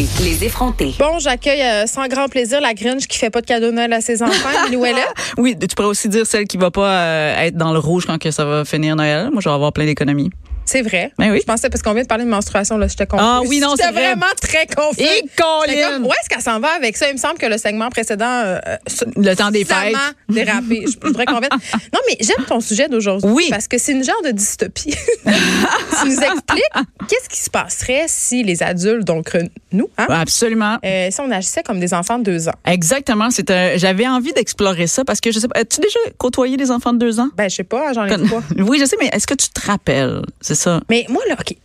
Les effrontés. Bon, j'accueille euh, sans grand plaisir la Grinch qui fait pas de cadeau de Noël à ses enfants. Milou est là. Oui, tu pourrais aussi dire celle qui va pas euh, être dans le rouge quand que ça va finir Noël. Moi, je vais avoir plein d'économies. C'est vrai. Ben oui. Je pensais parce qu'on vient de parler de menstruation là, j'étais confuse. Ah oui, non, J'étais c'est vrai. vraiment très confuse. Et J'étais Colin! comme, Où est-ce qu'elle s'en va avec ça Il me semble que le segment précédent euh, euh, s- Le temps des fêtes. suffisamment dérapé. Je je voudrais qu'on vienne. Non, mais j'aime ton sujet d'aujourd'hui Oui. parce que c'est une genre de dystopie. tu nous expliques qu'est-ce qui se passerait si les adultes, donc euh, nous, hein, Absolument. euh, si on agissait comme des enfants de deux ans. Exactement. C'est un- J'avais envie d'explorer ça parce que je sais pas. As-tu déjà côtoyé des enfants de deux ans? Ben, je sais pas, j'en ai pas. Oui, je sais, mais est-ce que tu te rappelles? C'est ça. Mais moi, là, OK.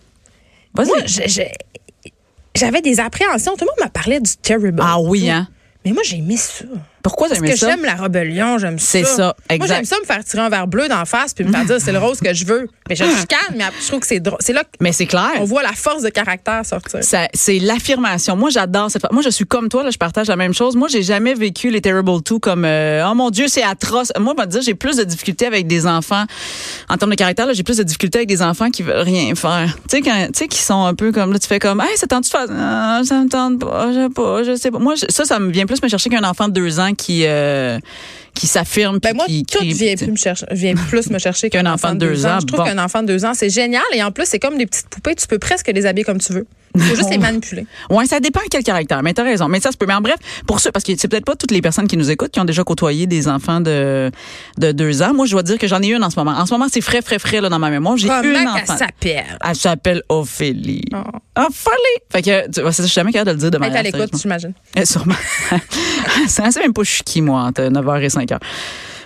Vas-y. Moi, je- je- j'avais des appréhensions. Tout le monde me parlait du terrible. ah oui, hein? Mais moi, j'ai aimé ça. Pourquoi Parce que t'aimais ça? j'aime la rébellion, j'aime ça. C'est ça, Moi, exact. j'aime ça me faire tirer un verre bleu dans la face puis me faire dire c'est le rose que je veux. Mais je suis calme, mais je trouve que c'est drôle. C'est là Mais c'est clair. qu'on voit la force de caractère sortir. Ça- c'est l'affirmation. Moi, j'adore cette. Moi, je suis comme toi. Là, je partage la même chose. Moi, j'ai jamais vécu les Terrible Two comme euh, oh mon Dieu, c'est atroce. Moi, on va te dire, j'ai plus de difficultés avec des enfants en termes de caractère. là, J'ai plus de difficultés avec des enfants qui veulent rien faire. Tu sais, quand- tu sais, qui sont un peu comme là, tu fais comme, hey, ça tente tu faire Ah, ça me tente pas, je sais pas, je sais pas. Moi, je- ça, ça me vient plus me chercher qu'un enfant de deux ans qui euh, qui s'affirme. puis Ben moi, qui tout crie. vient plus, me chercher, vient plus me chercher qu'un enfant de deux ans. Je trouve bon. qu'un enfant de deux ans, c'est génial. Et en plus, c'est comme des petites poupées. Tu peux presque les habiller comme tu veux. Il faut juste les manipuler. Ouais, ça dépend quel caractère. Mais t'as raison. Mais ça se peut. Mais en bref, pour ceux, parce que c'est peut-être pas toutes les personnes qui nous écoutent qui ont déjà côtoyé des enfants de de deux ans. Moi, je dois dire que j'en ai une en ce moment. En ce moment, c'est frais, frais, frais là dans ma mémoire. J'ai une Comment enfant. qu'elle s'appelle? Elle s'appelle Ophélie. Ophélie. Fait que tu vois, c'est ça, je suis jamais capable de le dire de Elle est manière. à l'écoute, sérieusement. j'imagine. Euh, Sûrement. ça c'est même pas je suis qui moi entre 9h et 5h.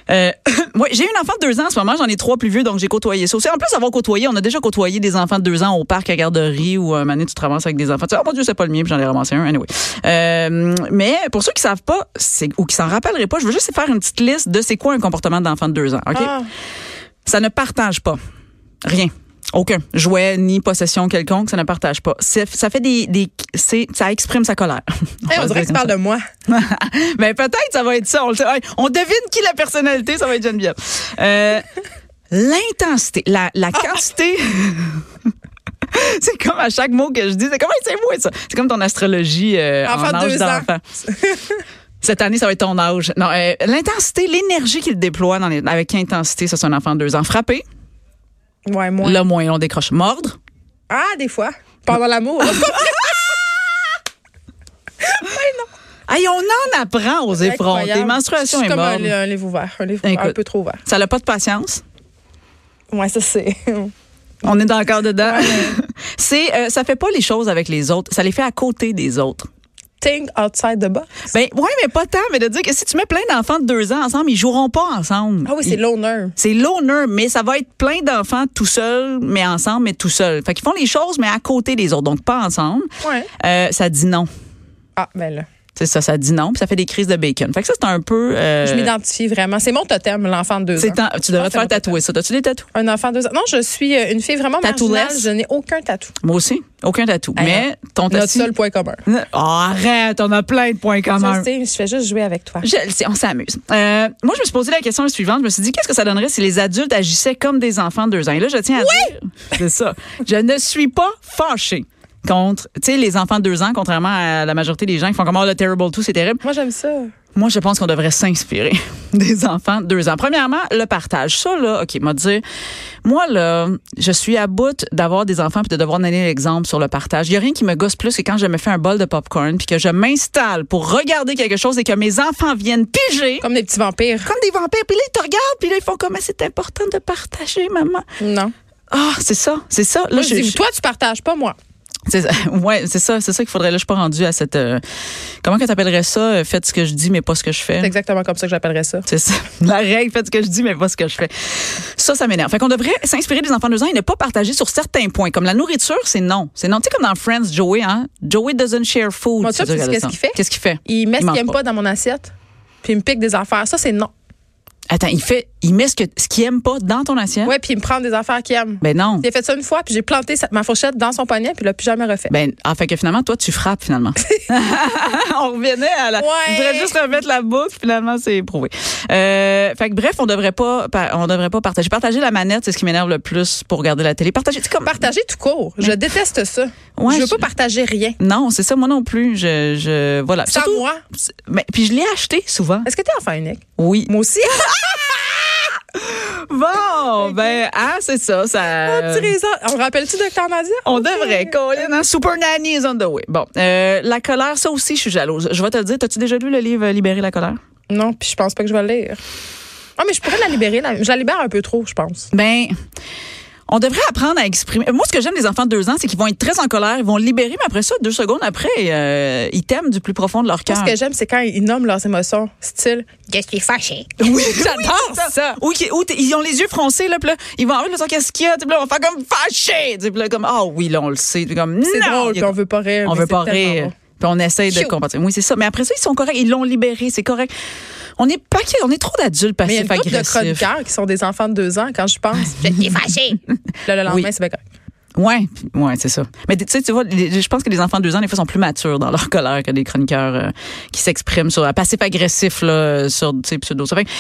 Euh, moi, j'ai une enfant de deux ans en ce moment, j'en ai trois plus vieux, donc j'ai côtoyé ça aussi. En plus d'avoir côtoyé, on a déjà côtoyé des enfants de deux ans au parc à garderie ou un moment donné, tu te ramasses avec des enfants. Tu dis, oh mon Dieu, c'est pas le mien, puis j'en ai ramassé un, anyway. Euh, mais pour ceux qui savent pas c'est- ou qui s'en rappelleraient pas, je veux juste faire une petite liste de c'est quoi un comportement d'enfant de deux ans, OK? Ah. Ça ne partage pas. Rien. Aucun. Jouet ni possession quelconque, ça ne partage pas. C'est- Ça fait des, des c'est- ça exprime sa colère. Hey, Eh, on va dirait dire que tu comme parles ça. de moi. Mais Ben, peut-être ça va être ça. On, le sait. Hey, on devine qui la personnalité, ça va être Geneviève. Euh, L'intensité, la, la Ah! quantité. c'est comme à chaque mot que je dis, c'est comme Hey, c'est moi ça. C'est comme ton astrologie euh, Enfant en de âge deux ans. d'enfant. Cette année, ça va être ton âge. Non, euh, l'intensité, l'énergie qu'il déploie dans les- avec quelle intensité, ça c'est un enfant de deux ans. Frapper, Ouais, moi. le moins on décroche. Mordre, Ah, des fois. Pendant l'amour. Ah, Hey, on en apprend aux effronts. Incroyable. Des menstruations Je suis et comme un, morts. li- un livre ouvert, un livre un Écoute. peu trop ouvert. Ça n'a pas de patience. Ouais, ça c'est. On est encore dedans. C'est, euh, ça fait pas les choses avec les autres, ça les fait à côté des autres. Think outside the box. Ben ouais, mais pas tant, mais de dire que si tu mets plein d'enfants de deux ans ensemble, ils joueront pas ensemble. Ah oui, c'est Ils- l'honneur. c'est l'honneur, mais ça va être plein d'enfants tout seuls, mais ensemble, mais tout seuls. Fait qu'ils font les choses, mais à côté des autres, donc pas ensemble. Ouais. Euh, ça dit non. Ah, ben là. C'est ça, ça dit non, puis ça fait des crises de bacon. Fait que ça, c'est un peu. euh, Je m'identifie vraiment. C'est mon totem, l'enfant de deux ans. c'est un- tu Ah, devrais c'est te faire mon totem. tatouer ça. T'as-tu des tatous? Un enfant de deux ans. Non, je suis euh, une fille vraiment Tatou-less. marginale. Je n'ai aucun tatou. Moi aussi, aucun tatou. Hey, mais ton tatou. Notre seul point commun. Oh, arrête, on a plein de points Je communs. le sais, je fais juste jouer avec toi. Je le sais, on s'amuse. Euh, moi, je me suis posé la question suivante. Je me suis dit, qu'est-ce que ça donnerait si les adultes agissaient comme des enfants de deux ans? Et là, je tiens à dire... C'est ça. Je ne suis pas fâchée contre... Tu sais, les enfants de deux ans, contrairement à la majorité des gens qui font comme, oh, le terrible tout, c'est terrible. Moi, j'aime ça. Moi, je pense qu'on devrait s'inspirer des enfants de deux ans. Premièrement, le partage. Ça, là, OK, m'a dit, moi, là, je suis à bout d'avoir des enfants puis de devoir donner l'exemple sur le partage. Il n'y a rien qui me gosse plus que quand je me fais un bol de popcorn puis que je m'installe pour regarder quelque chose et que mes enfants viennent piger Comme des petits vampires. comme des vampires. Puis là, ils te regardent puis là, ils font comme, Ah, c'est important de partager, maman. Non. Ah, c'est ça, c'est ça. Là, Moi, je je- dis, je- toi, tu partages pas moi. c'est ça. Ouais, c'est ça, c'est ça qu'il faudrait. Là, je suis pas rendue à cette... euh, comment que t'appellerais ça? euh, Faites ce que je dis, mais pas ce que je fais. C'est exactement comme ça que j'appellerais ça. C'est ça. La règle, faites ce que je dis, mais pas ce que je fais. Ça, ça m'énerve. Fait qu'on devrait s'inspirer des enfants de deux ans et ne pas partager sur certains points. Comme la nourriture, c'est non. C'est non. Tu sais, comme dans Friends, Joey, hein? Joey doesn't share food. Mon Dieu, C'est tu sûr sais qu'elle a qu'est-ce ça. qu'il fait? Qu'est-ce qu'il fait? Il met Il ce mange qu'il aime pas. pas dans mon assiette, puis il me pique des affaires. Ça, c'est non. Attends, il fait. il met ce que ce qu'il aime pas dans ton assiette. Ouais, puis il me prend des affaires qu'il aime. Ben non. J'ai fait ça une fois, puis j'ai planté sa- ma fourchette dans son poignet, puis il l'a plus jamais refait. Ben, ah, fait que finalement, toi, tu frappes, finalement. on revenait à la. Ouais. Je voudrais juste remettre la boucle, finalement, c'est éprouvé. Euh, fait que bref, on devrait pas, par- on devrait pas partager. Partager la manette, c'est ce qui m'énerve le plus pour regarder la télé. Partager, c'est comme. Partager tout court. Je déteste ça. Ouais, je veux je- pas partager rien. Non, c'est ça, moi non plus. Je, je, voilà. Sans Surtout- moi. c'est- Mais, puis je l'ai acheté souvent. Est-ce que t'es enfant unique? Oui. Moi aussi. Bon, ben, ah, c'est ça, ça. Tu raises ça. On rappelle-tu Docteur Nadia? On devrait, Colin. hein? Super Nanny is on the way. Bon, euh, la colère, ça aussi, je suis jalouse. Je vais te le dire, t'as-tu déjà lu le livre euh, Libérer la colère? Non, puis je pense pas que je vais le lire. Ah, mais je pourrais la libérer. la- Je la libère un peu trop, je pense. Ben, on devrait apprendre à exprimer. Moi, ce que j'aime des enfants de deux ans, c'est qu'ils vont être très en colère, ils vont le libérer, mais après ça, deux secondes après, euh, ils t'aiment du plus profond de leur Moi, cœur. ce que j'aime, c'est quand ils nomment leurs émotions. Style, je suis fâchée. Oui, j'adore ça. Ou, qui- ou t- ils ont les yeux froncés, là, puis là, ils vont arriver, là, qu'est-ce qu'il y a? Puis là, on va faire comme fâché. Puis là, comme, ah oui, là, on le sait. Puis comme, C'est non! drôle, Il y puis a on veut pas rire. On mais veut c'est pas tellement rire. Ah, bon. Puis on essaye de Chou. compenser. Oui, c'est ça. Mais après ça, ils sont corrects. Ils l'ont libéré. C'est correct. On est pas, on est trop d'adultes Mais il y a une couple de passifs-agressifs. chroniqueurs qui sont des enfants de deux ans, quand je pense. Je suis fâchée. Là, le lendemain, Oui. c'est bien correct. Ouais, ouais, c'est ça. Mais tu sais, tu vois, les- je pense que les enfants de deux ans, des fois, sont plus matures dans leur colère que des chroniqueurs euh, qui s'expriment sur passif-agressif, là, euh, sur, tu sais, pseudo. Ça fait que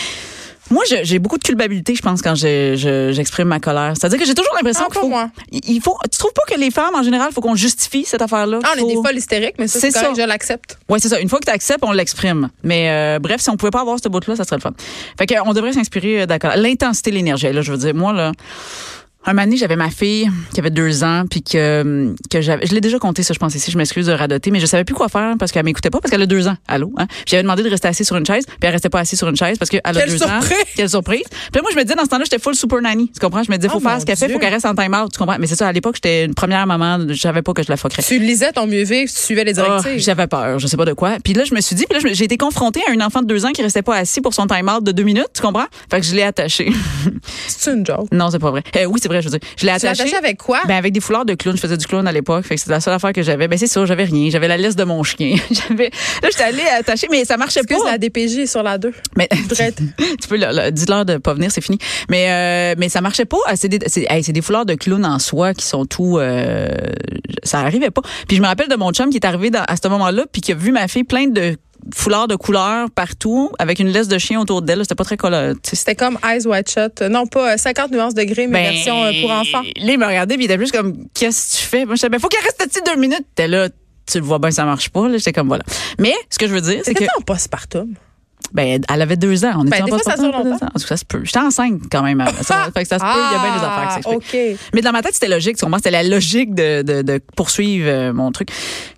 moi, je- j'ai beaucoup de culpabilité, je pense, quand je- je- j'exprime ma colère. C'est-à-dire que j'ai toujours l'impression Ah, qu'il pas faut, moi. il il faut. Tu trouves pas que les femmes, en général, faut qu'on justifie cette affaire-là? Ah, on est des Faut- folles hystériques, mais ça, C'est c'est correct, ça. je l'accepte. Ouais, c'est ça. Une fois que tu acceptes, on l'exprime. Mais euh, bref, si on pouvait pas avoir ce bout-là, ça serait le fun. Fait que, euh, on devrait s'inspirer euh, d'accord. L'intensité, l'énergie. Là, je veux dire, moi là. Un moment donné, j'avais ma fille qui avait deux ans, puis que, que j'avais, je l'ai déjà compté ça, je pense ici, je m'excuse de radoter, mais je savais plus quoi faire parce qu'elle m'écoutait pas, parce qu'elle a deux ans. Allô, hein? Puis j'avais demandé de rester assise sur une chaise, puis elle restait pas assise sur une chaise parce qu'elle a Quelle deux surprise! ans. Quelle surprise! Puis là, moi, je me disais, dans ce temps-là, j'étais full super nanny. Tu comprends? Je me disais, faut Oh, faire mon ce qu'elle fait, Dieu. faut qu'elle reste en time out. Tu comprends? Mais c'est ça, à l'époque, j'étais une première maman, je savais pas que je la foquerais. Tu lisais ton mieux vivre, tu suivais les Ah, directives. J'avais peur, je sais pas de quoi. Puis là, je me suis dit, puis là, je me- j'ai été confrontée à un enfant de deux ans qui restait pas assis pour son time-out de deux minutes, tu comprends? Fait que je l'ai attaché. c'est une joke. non, c'est pas vrai. Euh, oui, c'est vrai, je veux dire. Je l'ai Tu l'attachais attaché. avec quoi? Ben avec des foulards de clown, je faisais du clown à l'époque, fait que c'était la seule affaire que j'avais. Ben c'est ça, j'avais rien, j'avais la laisse de mon chien. J'avais là j'étais allée attacher mais ça marchait Excuse, pas. la DPJ est sur la 2. Mais Drette. tu peux leur, leur- dis-leur de pas venir, c'est fini. Mais euh, mais ça marchait pas, Ah, c'est des c'est hey, c'est des foulards de clown en soie qui sont tout euh, ça arrivait pas. Puis je me rappelle de mon chum qui est arrivé dans- à ce moment-là puis qui a vu ma fille pleine de foulards de couleurs partout avec une laisse de chien autour d'elle, c'était pas très coloré. C'était comme Eyes Wide Shut. Euh, Non, pas euh, 50 nuances de gris, Ben, mais version euh, pour enfants. Là, il me regardait, puis il était plus comme, qu'est-ce que tu fais? Moi, j'étais, ben, faut qu'elle reste petite deux minutes. T'es là, tu le vois bien, ça marche pas. Là, j'étais comme, voilà. Mais, ce que je veux dire, c'est que, C'était en postpartum. ben, elle avait deux ans. On était des en fois, ça postpartum, dure pas deux longtemps. ans. En tout cas, ça se peut. J'étais enceinte, quand même. avant. Ça, fait que ça se peut, il y a bien des affaires qui s'expliquent. s'expliquent. Ah, OK. Mais dans ma tête, c'était logique. Tu comprends? C'était la logique de, de, de poursuivre euh, mon truc.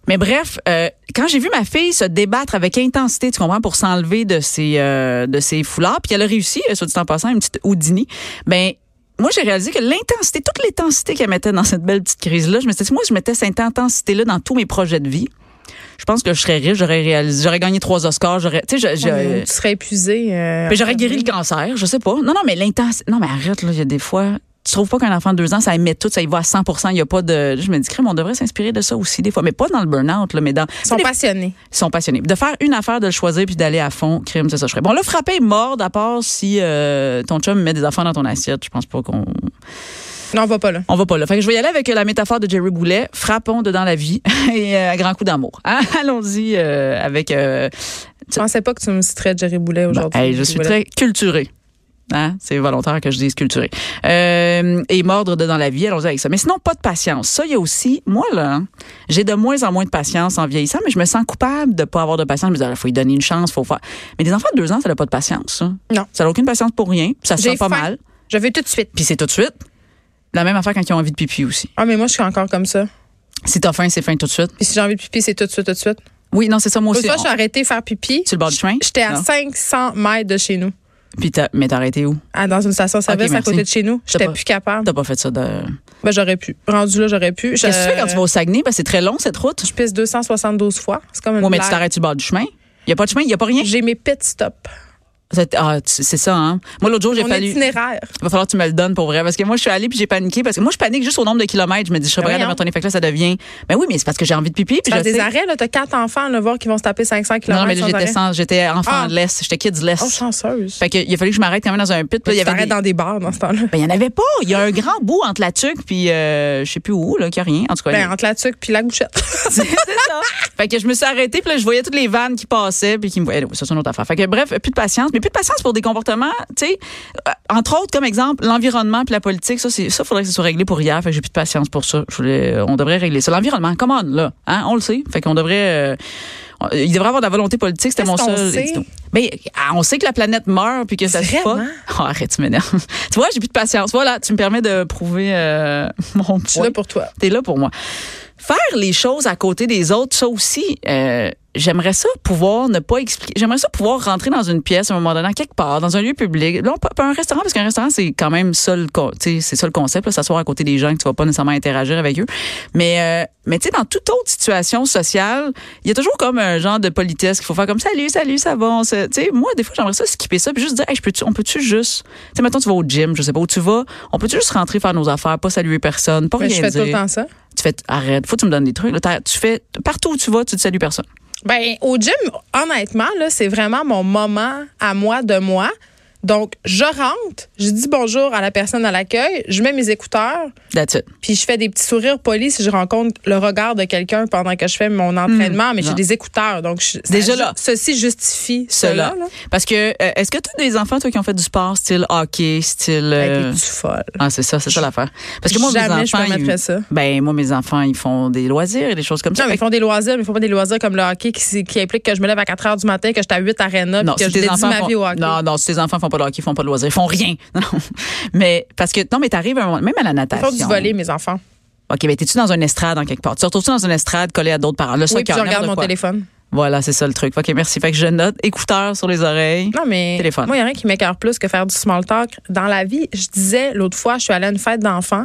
Mais bref, euh, quand j'ai vu ma fille se débattre avec intensité, tu comprends, pour s'enlever de ses, euh, de ses foulards, puis elle a réussi, euh, soit dit en passant, une petite Houdini, ben moi, j'ai réalisé que l'intensité, toute l'intensité qu'elle mettait dans cette belle petite crise-là, je me suis dit, si moi, je mettais cette intensité-là dans tous mes projets de vie, je pense que je serais riche, j'aurais réalisé, j'aurais gagné trois Oscars, j'aurais, tu sais, je- je- Tu serais épuisée. euh, mais j'aurais guéri le cancer, je sais pas. Non, non, mais l'intensité. Non, mais arrête, là, il y a des fois. Tu trouves pas qu'un enfant de deux ans, ça émet tout, ça y va à 100 il y a pas de. Je me dis, crème, on devrait s'inspirer de ça aussi, des fois. Mais pas dans le burn-out, là, mais dans. Ils sont passionnés. Ils sont passionnés. De faire une affaire, de le choisir puis d'aller à fond, crime, c'est ça. Je ferais. Bon, là, frapper et mordre, à part si euh, ton chum met des enfants dans ton assiette, je pense pas qu'on. Non, on va pas là. On va pas là. Fait que je vais y aller avec euh, la métaphore de Jerry Boulet. Frappons dedans la vie et euh, à grands coups d'amour. Hein? Allons-y euh, avec. euh, Je pensais pas que tu me citerais Jerry Boulet Bon, aujourd'hui. Ben, hey, je suis Voilà. très culturée. Hein? C'est volontaire que je dise culturée. Euh, et mordre dedans la vie, allons-y avec ça. Mais sinon, pas de patience. Ça, il y a aussi, moi, là, hein, j'ai de moins en moins de patience en vieillissant, mais je me sens coupable de pas avoir de patience. Je me dis, il faut y donner une chance, faut faire. Mais des enfants de deux ans, ça n'a pas de patience, ça. Non. Ça n'a aucune patience pour rien, puis ça se J'ai sent pas faim. mal. Je vais tout de suite. Puis c'est tout de suite. La même affaire quand ils ont envie de pipi aussi. Ah, mais moi, je suis encore comme ça. Si t'as faim, c'est faim tout de suite. Puis si j'ai envie de pipi, c'est tout de suite, tout de suite. Oui, non, c'est ça, moi Une aussi. fois, On- je suis arrêtée de faire pipi. Sur le bord du chemin? J'étais à Non. 500 mètres de chez nous. Puis t'as, mais t'as arrêté où? Ah, dans une station service à merci. côté de chez nous. J'étais pas- plus capable. T'as pas fait ça de. Ben, j'aurais pu. Rendu là, j'aurais pu. Je- Qu'est-ce que tu fais quand tu vas au Saguenay? Parce que c'est très long, cette route. Je pisse 272 fois. C'est comme une Oui, mais tu blague. t'arrêtes sur le bord du chemin. Il n'y a pas de chemin, il n'y a pas rien. J'ai mes pit stops. C'est ah, tu- c'est ça, hein? Moi, l'autre jour, j'ai Mon fallu. itinéraire. Il va falloir que tu me le donnes pour vrai. Parce que moi, je suis allée puis j'ai paniqué. Parce que moi, je panique juste au nombre de kilomètres. Je me dis, je serais Ben pas capable voyons. de m'entraîner. Fait que là, ça devient. Ben oui, mais c'est parce que j'ai envie de pipi. Puis Tu as je des sais- arrêts, là, t'as quatre enfants, là, voir qui vont se taper 500 km. Non, mais là, j'étais sans- j'étais enfant Ah. less. J'étais kids less. Oh, chanceuse. fait que, il a fallu que je m'arrête quand même dans un pit. Puis là, il y Tu avait. t'arrêtes des- dans des bars dans ce temps-là. Ben, il y en avait pas. Il y a un grand bout entre la tuque puis euh, je sais plus où, là, qu'il y a rien. En tout cas, Ben, entre la tuque puis la gouchette. c'est ça. Fait que je me suis arrêtée, puis là, je voyais toutes les vannes qui passaient, puis qui me voyaient. Ça, c'est une autre affaire. Fait que bref, plus de patience, mais plus de patience pour des comportements, tu sais. euh, entre autres, comme exemple, l'environnement puis la politique, ça, c'est, ça, faudrait que ça soit réglé pour hier. Fait que j'ai plus de patience pour ça. Je voulais- euh, on devrait régler ça. L'environnement, come on, là. Hein, on le sait. Fait qu'on devrait. euh, on- il devrait avoir de la volonté politique, c'était Qu'est-ce mon qu'on seul. sait? édito. Ben, ah, on sait que la planète meurt puis que ça se Vraiment? pas. Oh, arrête, tu m'énerves. tu vois, j'ai plus de patience. Voilà, tu me permets de prouver euh, mon Je suis point. là pour toi. T'es là pour moi. Faire les choses à côté des autres, ça aussi, euh, j'aimerais ça pouvoir ne pas expliquer. J'aimerais ça pouvoir rentrer dans une pièce à un moment donné, à quelque part, dans un lieu public. Non, pas, pas un restaurant, parce qu'un restaurant, c'est quand même ça le, con- tu sais, c'est ça le concept, là, s'asseoir à côté des gens que tu vas pas nécessairement interagir avec eux. Mais, euh, mais tu sais, dans toute autre situation sociale, il y a toujours comme un genre de politesse qu'il faut faire comme salut, salut, ça va. on se- Tu sais, moi, des fois, j'aimerais ça skipper ça, puis juste dire, hey, je peux-tu- on peut-tu juste. Tu sais, maintenant, tu vas au gym, je sais pas où tu vas, on peut-tu juste rentrer faire nos affaires, pas saluer personne, pas Ben, rien je fais dire tout le temps ça. tu fais arrête, faut que tu me donnes des trucs. là. T'as- tu fais partout où tu vas, tu te salues personne. Ben, au gym, honnêtement, là, c'est vraiment mon moment à moi de moi. Donc, je rentre, je dis bonjour à la personne à l'accueil, je mets mes écouteurs, That's it. puis je fais des petits sourires polis si je rencontre le regard de quelqu'un pendant que je fais mon entraînement, mais j'ai genre. des écouteurs, donc je- ça Hmm. Déjà ju- là. Ceci justifie Cela. cela. là. Parce que euh, est-ce que tu as des enfants toi qui ont fait du sport style hockey, style Ben, euh, t'es-tu folle. Ah, c'est ça, c'est ça l'affaire. Parce que moi Jamais mes je enfants permettrais ils- ça. ben moi mes enfants ils font des loisirs et des choses comme ça. Non, mais ils Fait font des loisirs, mais ils font pas des loisirs comme le hockey qui, s- qui implique que je me lève à 4 heures du matin, que je suis à 8 arénas, que- puis que je tes dédie ma font- vie au hockey. non, non, si tes enfants font pas de hockey, ils font pas de loisirs, ils font rien. Non. Mais parce que non, mais t'arrives à un moment, même à la Ils font natation. du volley, mes enfants. Ok, ben t'es-tu dans une estrade en quelque part. Tu retrouves-tu dans une estrade collée à d'autres parents. Le Oui, puis soccer, je regarde n'importe mon quoi. téléphone. Voilà, c'est ça le truc. Ok, merci. Fait que je note écouteurs sur les oreilles. Non, mais Téléphone. moi, il n'y a rien qui m'écœure plus que faire du small talk. Dans la vie, je disais l'autre fois, je suis allée à une fête d'enfants,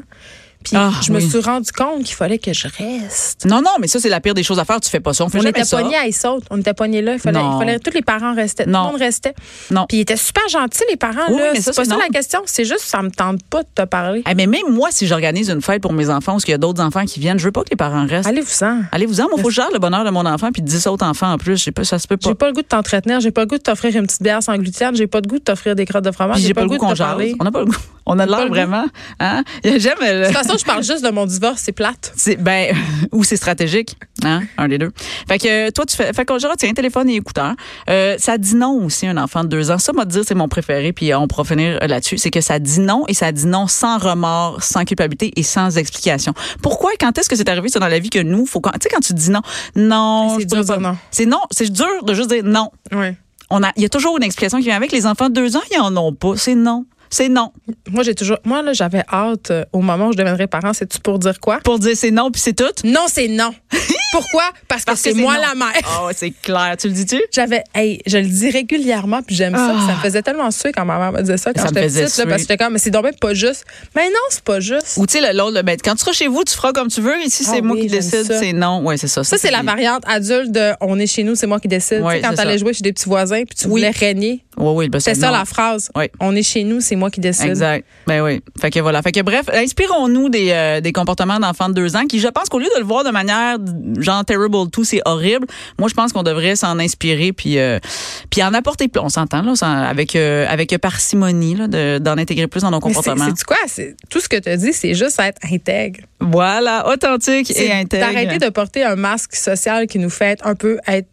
puis Ah, je me oui. suis rendu compte qu'il fallait que je reste. Non, non, mais ça, c'est la pire des choses à faire. Tu fais pas ça. On fait On jamais était ça. pognés à Issaute. On était pognés là. Il fallait, Non. il fallait- tous les parents restaient. Non. Tout le monde restait. Non. Puis ils étaient super gentils, les parents. Oui, là. oui, mais ça, C'est pas c'est ça non. la question. C'est juste, ça me tente pas de te parler. Eh, mais même moi, si j'organise une fête pour mes enfants ou qu'il y a d'autres enfants qui viennent, je veux pas que les parents restent. Allez-vous-en. Allez-vous-en, moi, faut que je gère le bonheur de mon enfant puis de 10 autres enfants en plus. Je sais pas, ça se peut pas. J'ai pas le goût de t'entretenir, j'ai pas le goût de t'offrir une petite bière sans gluten, j'ai pas le goût de t'offrir des crottes de fromage, Puis j'ai pas, le goût de qu'on te parler. jase. On a pas le goût. On a pas l'air le goût. vraiment. Hein? J'aime le. De toute façon, je parle juste de mon divorce, c'est plate. C'est, ben, ou c'est stratégique, hein, un des deux. Fait que euh, toi, tu fais, fait qu'on genre, tiens, téléphone et écouteur. Euh, ça dit non aussi, un enfant de deux ans. Ça, moi, te dire, c'est mon préféré, puis euh, on pourra finir euh, là-dessus. C'est que ça dit non, et ça dit non sans remords, sans culpabilité et sans explication. Pourquoi, quand est-ce que c'est arrivé, ça, dans la vie, que nous, faut quand, tu sais, quand tu dis non, non, C'est je dur de pourrais dire pas- non. C'est non, c'est dur de juste dire non. Ouais. On a, il y a toujours une explication qui vient avec. Les enfants de deux ans, ils en ont pas. C'est non. C'est non. Moi, j'ai toujours. Moi, là, j'avais hâte euh, au moment où je deviendrais parent, c'est-tu pour dire quoi? Pour dire c'est non, puis c'est tout. Non, c'est non. Pourquoi? Parce que Parce que c'est c'est moi non. la mère. Oh, c'est clair. Tu le dis-tu? J'avais, hey, je le dis régulièrement, puis j'aime ça. Ah. puis Ça me faisait tellement suer quand ma mère me disait ça quand Ça me j'étais faisait petite, là, parce que suer. j'étais comme, mais c'est donc même pas juste. Mais non, c'est pas juste. Ou tu sais, le- l'autre, le bête. Quand tu seras chez vous, tu feras comme tu veux. Ici, Ah c'est moi oui, qui j'aime décide. ça. C'est non. Ouais, c'est ça. Ça, c'est la variante adulte de on est chez nous, c'est moi qui décide. tu Ouais, sais, quand c'est t'allais ça. jouer chez des petits voisins, puis tu Oui. voulais régner. Oui, oui, ben, C'est ça non. la phrase. Oui. On est chez nous, c'est moi qui décide. Exact. Ben oui. Fait que voilà. Fait que bref, inspirons-nous des, euh, des comportements d'enfants de deux ans qui, je pense qu'au lieu de le voir de manière genre terrible tout, c'est horrible. Moi, je pense qu'on devrait s'en inspirer puis euh, puis en apporter plus. On s'entend là, sans- avec euh, avec parcimonie là, de- d'en intégrer plus dans nos Mais c'est comportements. c'est-tu quoi? C'est- Tout ce que tu dis, c'est juste être intègre. Voilà, authentique et C'est intègre. D'arrêter de porter un masque social qui nous fait un peu être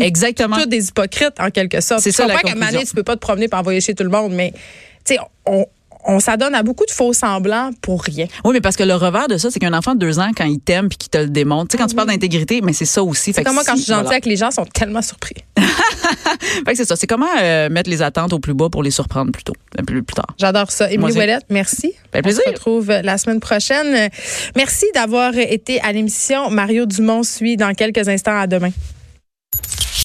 Exactement. tous des hypocrites en quelque sorte. C'est Je ça, la comprends qu'à un moment conclusion. donné, tu peux pas te promener pour envoyer chez tout le monde, mais tu sais, on, on s'adonne à beaucoup de faux semblants pour rien. Oui, mais parce que le revers de ça, c'est qu'un enfant de deux ans, quand il t'aime puis qu'il te le démontre, tu sais, quand tu parles d'intégrité, mais c'est ça aussi. Ah C'est Fait que comme moi, quand si- je suis gentille voilà. avec les gens, ils sont tellement surpris. Fait que c'est ça. C'est comment euh, mettre les attentes au plus bas pour les surprendre plus tôt, euh, plus, plus tard. J'adore ça. Moi Émilie aussi. Ouellette, merci. Fait On plaisir. se retrouve euh, la semaine Euh, prochaine. Merci d'avoir été à l'émission. Mario Dumont suit dans quelques instants à demain.